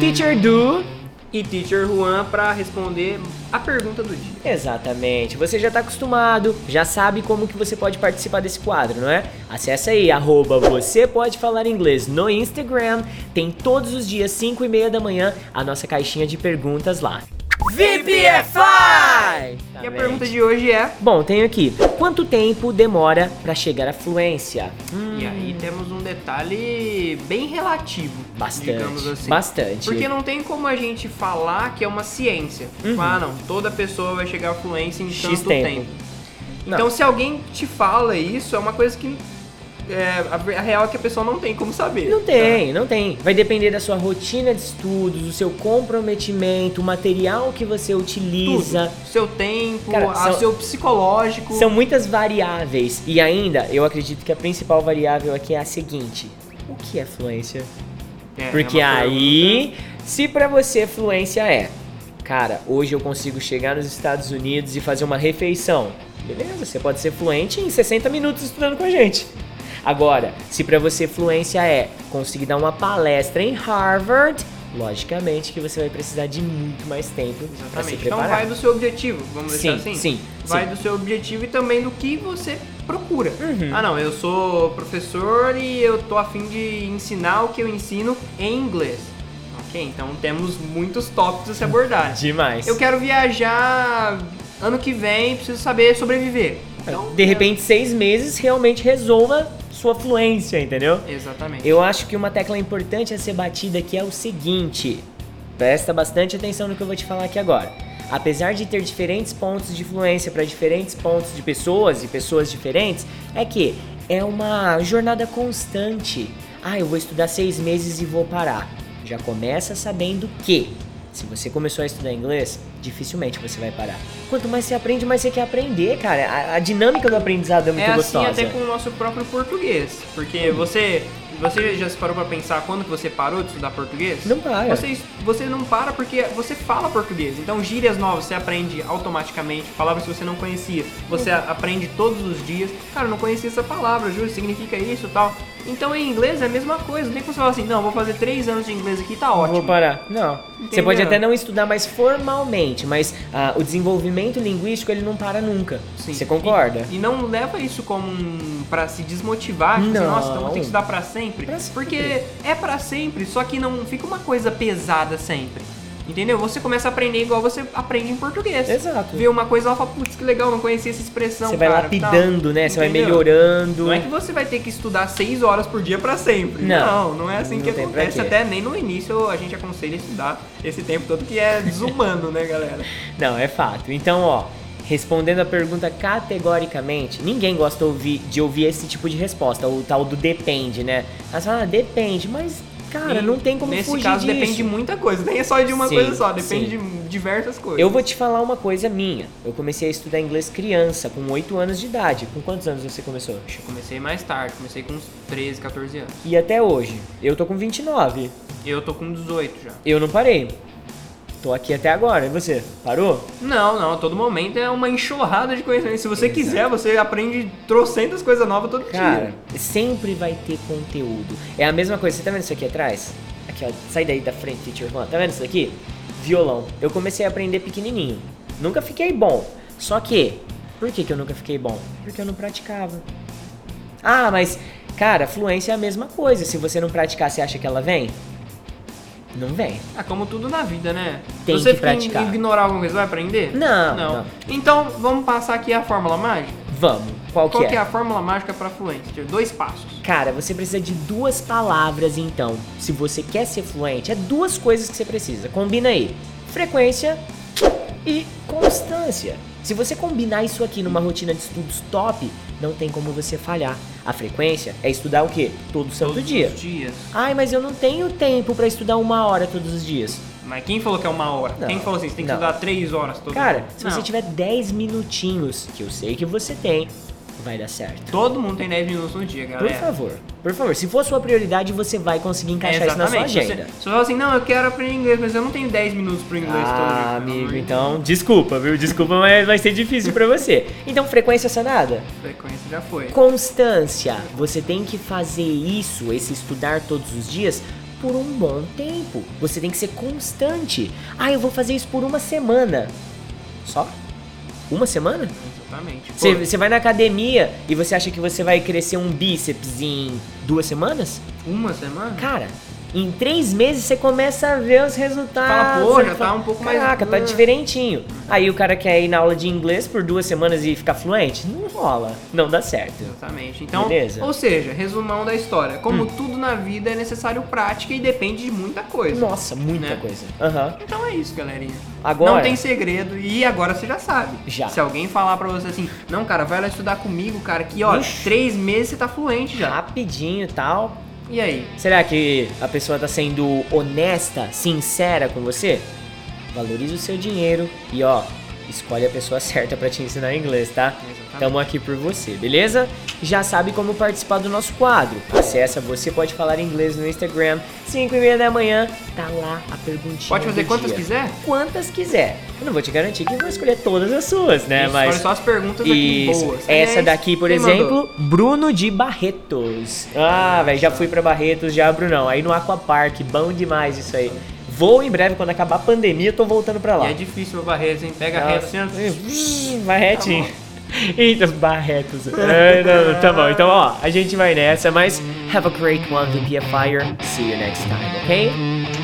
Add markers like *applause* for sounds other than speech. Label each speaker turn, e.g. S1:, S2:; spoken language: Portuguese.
S1: Teacher Du e Teacher Juan para responder a pergunta do dia.
S2: Exatamente. Você já está acostumado, já sabe como que você pode participar desse quadro, não é? Acesse aí, arroba você pode falar inglês no Instagram. Tem todos os dias, 5 e meia da manhã, a nossa caixinha de perguntas lá.
S1: VPFI! E a
S2: Exatamente.
S1: pergunta de hoje é.
S2: Bom, tenho aqui. Quanto tempo demora para chegar à fluência? Hum,
S1: E aí temos um detalhe bem relativo, digamos
S2: bastante.
S1: assim.
S2: Bastante.
S1: Porque não tem como a gente falar que é uma ciência. Tipo, ah, não, toda pessoa vai chegar à fluência em
S2: Uhum. X
S1: tanto tempo.
S2: tempo. Não.
S1: Então, se alguém te fala isso, é uma coisa que. é, a, ver- a real é que a pessoa não tem como saber. né?
S2: Não tem, não tem. Vai depender da sua rotina de estudos, do seu comprometimento, o material que você utiliza.
S1: Tudo. Seu tempo,
S2: Cara,
S1: a-
S2: são-
S1: seu psicológico.
S2: São muitas variáveis. E ainda, eu acredito que a principal variável aqui é a seguinte: o que é fluência?
S1: É,
S2: Porque
S1: é uma
S2: aí, se pra você fluência é, cara, hoje eu consigo chegar nos Estados Unidos e fazer uma refeição. Beleza, você pode ser fluente em 60 minutos estudando com a gente. Agora, se pra você fluência é conseguir dar uma palestra em Harvard, logicamente que você vai precisar de muito mais tempo pra se
S1: Exatamente. Então vai
S2: preparar.
S1: do seu objetivo, vamos deixar
S2: Sim,
S1: assim?
S2: sim,
S1: Vai
S2: sim.
S1: do seu objetivo e também do que você procura.
S2: Uhum.
S1: Ah não, eu sou professor e eu tô afim de ensinar o que eu ensino em inglês. Ok, então temos muitos tópicos a
S2: *laughs*
S1: se abordar.
S2: Demais.
S1: Eu quero viajar ano que vem, preciso saber sobreviver. Então,
S2: É, De repente, seis meses realmente resolva sua fluência, entendeu?
S1: Exatamente.
S2: Eu acho que uma tecla importante a ser batida aqui é o seguinte: presta bastante atenção no que eu vou te falar aqui agora. Apesar de ter diferentes pontos de fluência para diferentes pontos de pessoas e pessoas diferentes, é que é uma jornada constante. Ah, eu vou estudar seis meses e vou parar. Já começa sabendo que, se você começou a estudar inglês, dificilmente você vai parar. Quanto mais você aprende, mais você quer aprender, cara. A, a dinâmica do aprendizado é muito
S1: é assim
S2: gostosa.
S1: até com o nosso próprio português. Porque você. Você já se parou pra pensar quando que você parou de estudar português?
S2: Não para.
S1: Você, você não para porque você fala português. Então, gírias novas você aprende automaticamente. Palavras que você não conhecia, você a- aprende todos os dias. Cara, eu não conhecia essa palavra, juro, significa isso e tal. Então, em inglês é a mesma coisa. Não tem como você falar assim, não, vou fazer três anos de inglês aqui, tá
S2: Vou
S1: ótimo.
S2: parar. Não. Você
S1: Entendeu?
S2: pode até não estudar mais formalmente, mas ah, o desenvolvimento linguístico ele não para nunca.
S1: Sim.
S2: Você concorda?
S1: E não leva isso como um, pra se desmotivar, tipo assim,
S2: Não.
S1: nossa, então eu tenho que estudar pra sempre.
S2: Pra sempre.
S1: Porque é pra sempre, só que não fica uma coisa pesada sempre. Entendeu? Você começa a aprender igual você aprende em português.
S2: Exato.
S1: Vê uma coisa lá e fala, putz, que legal, não conhecia essa expressão.
S2: você vai
S1: então, cara,
S2: lapidando,
S1: tal.
S2: né? Você vai
S1: Entendeu?
S2: melhorando.
S1: Não é que você vai ter que estudar seis horas por dia pra sempre.
S2: Não.
S1: Não, não, é assim
S2: Não
S1: que
S2: tem pra
S1: acontece.
S2: quê.
S1: Até nem no início a gente aconselha estudar esse tempo todo que é desumano, né, galera?
S2: Não, é fato. Então, ó, respondendo a pergunta categoricamente, ninguém gosta de ouvir, de ouvir esse tipo de resposta, o tal do depende, né? Mas fala, ah, depende, mas cara,
S1: E
S2: não tem como
S1: Nesse
S2: fugir
S1: caso
S2: disso.
S1: depende de muita coisa, nem é só de uma
S2: Sim,
S1: coisa só, depende
S2: sim.
S1: de diversas coisas.
S2: Eu vou te falar uma coisa minha. Eu comecei a estudar inglês criança, com 8 anos de idade. Com quantos anos você começou?
S1: comecei mais tarde, comecei com uns 13, 14 anos.
S2: E até hoje, eu tô com 29.
S1: Eu tô com 18 já.
S2: Eu não parei. Tô aqui até agora. E você? Parou?
S1: Não, não, todo momento é uma enxurrada de conhecimento. Se você quiser, você aprende trocentas coisas novas todo
S2: Cara,
S1: dia.
S2: sempre vai ter conteúdo. É a mesma coisa. Você tá vendo isso aqui atrás? Aqui, ó. Sai daí da frente, teacher Juan. Tá vendo isso daqui? Violão. Eu comecei a aprender pequenininho. Nunca fiquei bom. Só que, por que, que eu nunca fiquei bom? Porque eu não praticava. Ah, mas, cara, fluência é a mesma coisa. Se você não praticar, você acha que ela vem? Não vem.
S1: Ah, como tudo na vida, né?
S2: Tem
S1: Se você
S2: que praticar.
S1: ficar em- ignorar alguma coisa, vai aprender?
S2: Não, não.
S1: Então, vamos passar aqui a fórmula mágica?
S2: Vamos. Qual,
S1: Qual
S2: que é?
S1: que é a fórmula mágica pra fluência? Dois passos.
S2: Cara, você precisa de duas palavras então. Se você quer ser fluente, é duas coisas que você precisa. Combina aí: frequência e constância. Se você combinar isso aqui numa rotina de estudos top, não tem como você falhar. A frequência é estudar o quê? Todo santo
S1: Todos
S2: dia.
S1: os dias.
S2: Ai, mas eu não tenho tempo pra estudar uma hora todos os dias.
S1: Mas quem falou que é uma hora?
S2: Não,
S1: Quem falou assim, você tem que
S2: não.
S1: estudar três horas todo
S2: Cara,
S1: dia?
S2: se
S1: Não.
S2: você tiver 10 minutinhos, que eu sei que você tem, vai dar certo.
S1: Todo mundo tem 10 minutos no dia,
S2: Por
S1: galera.
S2: favor, por favor, se for sua prioridade, você vai conseguir encaixar isso na sua
S1: Exatamente.
S2: agenda.
S1: Você, você fala assim, não, eu quero aprender inglês, mas eu não tenho 10 minutos pro inglês todo dia.
S2: Ah,
S1: pelo amor
S2: amigo,
S1: de
S2: então desculpa, viu? Desculpa, mas vai ser difícil pra você. Então, frequência sanada?
S1: Deus. Frequência já foi.
S2: Constância. Você tem que fazer isso, esse estudar todos os dias, por um bom tempo. Você tem que ser constante. Ah, eu vou fazer isso por uma semana. Só? Uma semana?
S1: Exatamente.
S2: Você,
S1: Pô,
S2: você vai na academia e você acha que você vai crescer um bíceps em duas semanas?
S1: uma semana?
S2: Cara, em três meses você começa a ver os resultados.
S1: Fala, pô,
S2: Você
S1: já tá um pouco mais-
S2: Caraca, tá
S1: Ah."
S2: diferentinho. Aí o cara quer ir na aula de inglês por duas semanas e ficar fluente? Não rola. Não dá certo.
S1: Exatamente. Então,
S2: Beleza. Hum.
S1: ou seja, resumão da história. Como tudo na vida é necessário prática e depende de muita coisa.
S2: Nossa, muita
S1: Né?
S2: coisa. Aham.
S1: Então é isso, galerinha.
S2: Agora-
S1: Não tem segredo e agora você já sabe.
S2: Já.
S1: Se alguém falar pra você assim, não, cara, vai lá estudar comigo, cara, que ó,
S2: Ixi.
S1: três meses você tá fluente já.
S2: Rapidinho e tal.
S1: E aí?
S2: Será que a pessoa tá sendo honesta, sincera com você? Valorize o seu dinheiro e ó, escolhe a pessoa *laughs* certa pra te ensinar inglês, tá?
S1: Exatamente.
S2: Tamo aqui por você, beleza? Já sabe como participar do nosso quadro. Acessa Você Pode Falar Inglês no Instagram, 5 e meia da manhã, tá lá a perguntinha
S1: Pode fazer
S2: do
S1: quantas
S2: dia.
S1: quiser?
S2: Quantas quiser. Eu não vou te garantir que eu vou escolher todas as suas, né?
S1: Isso,
S2: Mas
S1: Olha só as perguntas aqui
S2: isso.
S1: boas. né? É
S2: Essa
S1: Aliás,
S2: daqui, por
S1: quem mandou?
S2: exemplo, Bruno de Barretos. Ah, velho, já fui pra Barretos, já, Brunão. Aí no Aquapark, bom demais isso aí. Vou em breve, quando acabar a pandemia, eu tô voltando pra lá.
S1: E é difícil pra barreiras, hein? Pega reto,
S2: Nossa.
S1: assim, ó.
S2: Ih, Barretinho. *laughs* Então, Barretos. É, não, tá bom, então ó, a gente vai nessa, mas have a great one, do be a fire. See you next time, ok?